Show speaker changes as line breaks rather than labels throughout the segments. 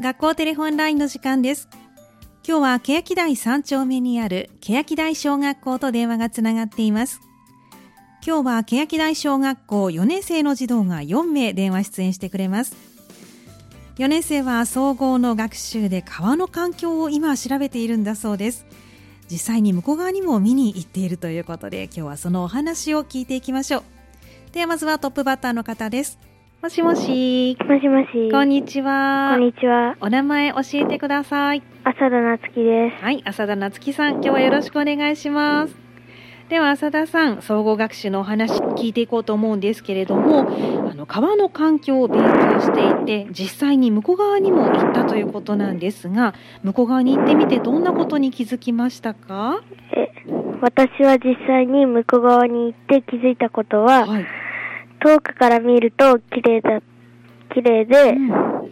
学校テレホンラインの時間です。今日は欅台3丁目にある欅台小学校と電話がつながっています。今日は欅台小学校4年生の児童が4名電話出演してくれます。4年生は総合の学習で川の環境を今調べているんだそうです。実際に向こう側にも見に行っているということで、今日はそのお話を聞いていきましょう。ではまずはトップバッターの方です。もしもし。
もしもし。
こん
に
にちは。
こんにちは。
お名前教えてください。
浅田なつきです。
はい、浅田夏樹さん、今日はよろしくお願いします。では浅田さん、総合学習のお話聞いていこうと思うんですけれども、あの川の環境を勉強していて、実際に向こう側にも行ったということなんですが、向こう側に行ってみてどんなことに気づきましたか？
え、私は実際に向こう側に行って気づいたことは、
はい。
遠くから見ると綺麗だ、綺麗
う
で、
んは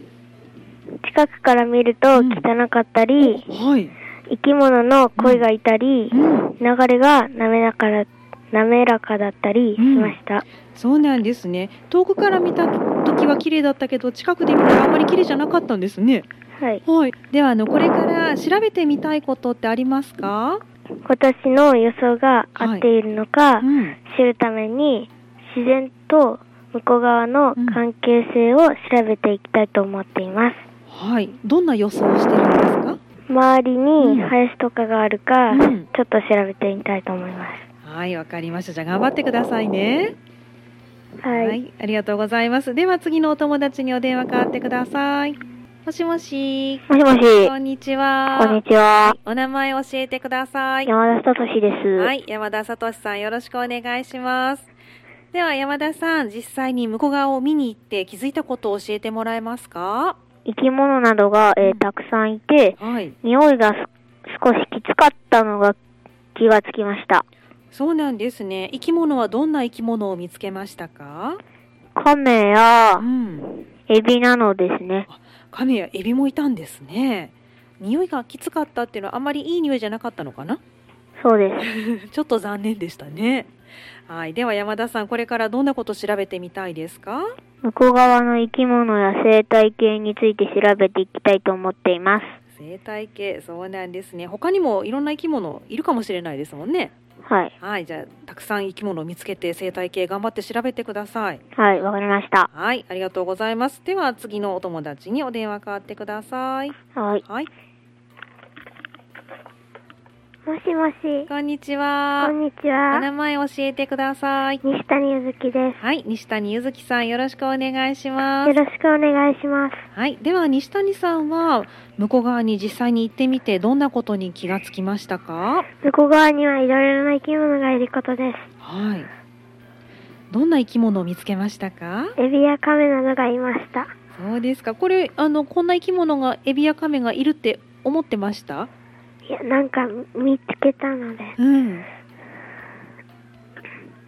近くから見ると
うん
汚かったり、
い。
生き物の声がいたり、
うん。
流れが滑らかだ、滑らかだったりしました。
そうなんですね。遠くから見た時は綺麗だったけど、近くで見たらあんまり綺麗じゃなかったんですね。
はい。
はい。ではあのこれから調べてみたいことってありますか？
私の予想が合っているのか、
うん。
知るために自然と向こう側の関係性を調べていきたいと思っています。
はい。どんな予想をしてるんですか？
周りに
うん
林とかがあるか、
うん
ちょっと調べてみたいと思いま
はい、わかりました。じゃあ頑張ってくださいね。
す。はい。
ありがとうございます。では次のお友達にお電話代わってください。もしもし。
もしもし
こ、んにちは。
こんにちは。
お名前教えてください。
山田聡です。
はい、山田聡さんよろしくお願いします。では山田さん、実際に向こう側を見に行って気づいたことを教えてもらえますか？
生き物などが、えーたくさんいて、
はい。
匂いがす少しきつかったのが気がつきました。
そうなんですね。生き物はどんな生き物を見つけましたか？
カメや
ん。
エビなのですね。
カメやエビもいたんですね匂いがきつかったっていうのはあんまりいい匂いじゃなかったのかな
そうです。
ちょっと残念でしたねはいでは山田さんこれからどんなこと調べてみたいですか
向こう側の生き物や生態系について調べていきたいと思っています。
生態系そうなんですね他にもいろんな生き物いるかもしれないですもんね
はい。
はいじゃあたくさん生き物を見つけて生態系頑張って調べてください
はい、わかりました。
はいありがとうございますでは次のお友達にお電話代わってください
はい。
はい
もしもし。
こんにちは
に
お
ち
名前教えてください
西谷ゆずきで。
はい、西谷ゆずきさんよろしくお願いしますす。
よろしくお願いします。
はい、では西谷さんは向こう側に実際に行ってみてどんなことに気がつきましたか？
向こう側にはいろいろな生き物がいることで
はい。どんな生き物を見つけましたか？
す。エビやカメなどがいました。
そうですか。これあのこんな生き物がエビやカメがいるって思ってました？
いや、なんか見つけたので。
うん。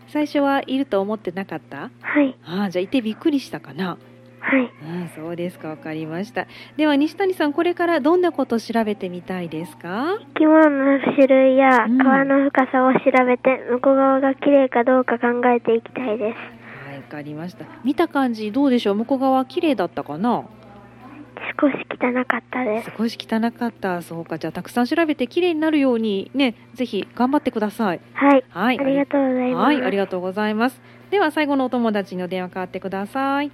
最初はいると思ってなかった？
はい、
ああ、じゃあいてびっくりしたかな。
はい。
うん、そうですか。わかりました。では西谷さんこれからどんなことを調べてみたいですか？
生き物の種類や
うん
川の深さを調べて、向こう側が綺麗かどうか考えていきたいです。
はい、わかりました。見た感じどうでしょう。向こう側綺麗だったかな。
少し汚かったです。
少し汚かった。そうか。じゃあたくさん調べて綺麗になるようにね、ぜひ頑張ってください。
はい、
は
あ
い。
りがとうございます。
はい、ありがとうございます。では最後のお友達の電話変わってください。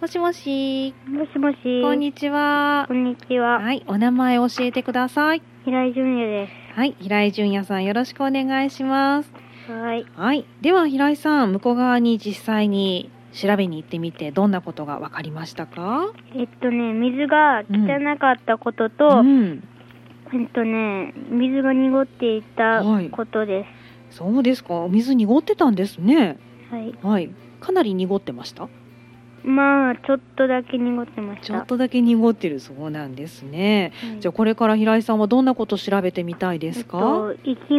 もしもし。
もしもし。
こんにちは
こ。んにちは。
はい、お名前教えてください。
平井純也で
はい、平井純也さんよろしくお願いします。
す。はい。
はい、では平井さん、向こう側に実際に調べに行ってみてどんなことがわかりましたか？
えっとね、水が汚かったことと、
ん、
えっとね、水が濁っていた
はい
ことで
そうですか。お水濁ってたんですね。
す。はい。
はい。かなり濁ってました。
まあ、ちょっとだけ濁ってました。
ちょっとだけ濁ってるそうなんですね。
はい
じゃあこれから平井さんはどんなこと調べてみたいですか。
えっと、生き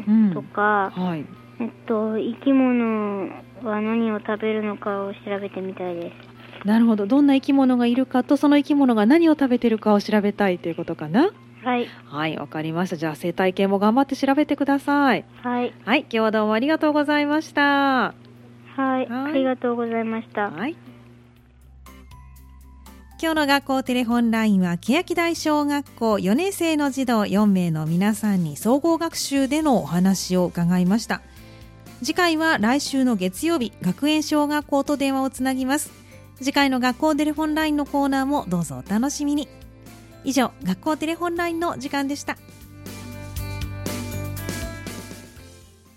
うん
とか、
はい。
えっと、生き物は何を食べるのかを調べてみたいです。
なるほど。どんな生き物がいるかとその生き物が何を食べてるかを調べたいということかな。
はい。
はい、わかりました。じゃあ生態系も頑張って調べてください。
はい。
はい、今日はどうもありがとうございました。
はい。
はい
ありがとうございました。
はい。今日の学校テレホンラインは欅台小学校4年生の児童4名の皆さんに総合学習でのお話を伺いました次回は来週の月曜日学園小学校と電話をつなぎます次回の学校テレホンラインのコーナーもどうぞお楽しみに以上学校テレホンラインの時間でした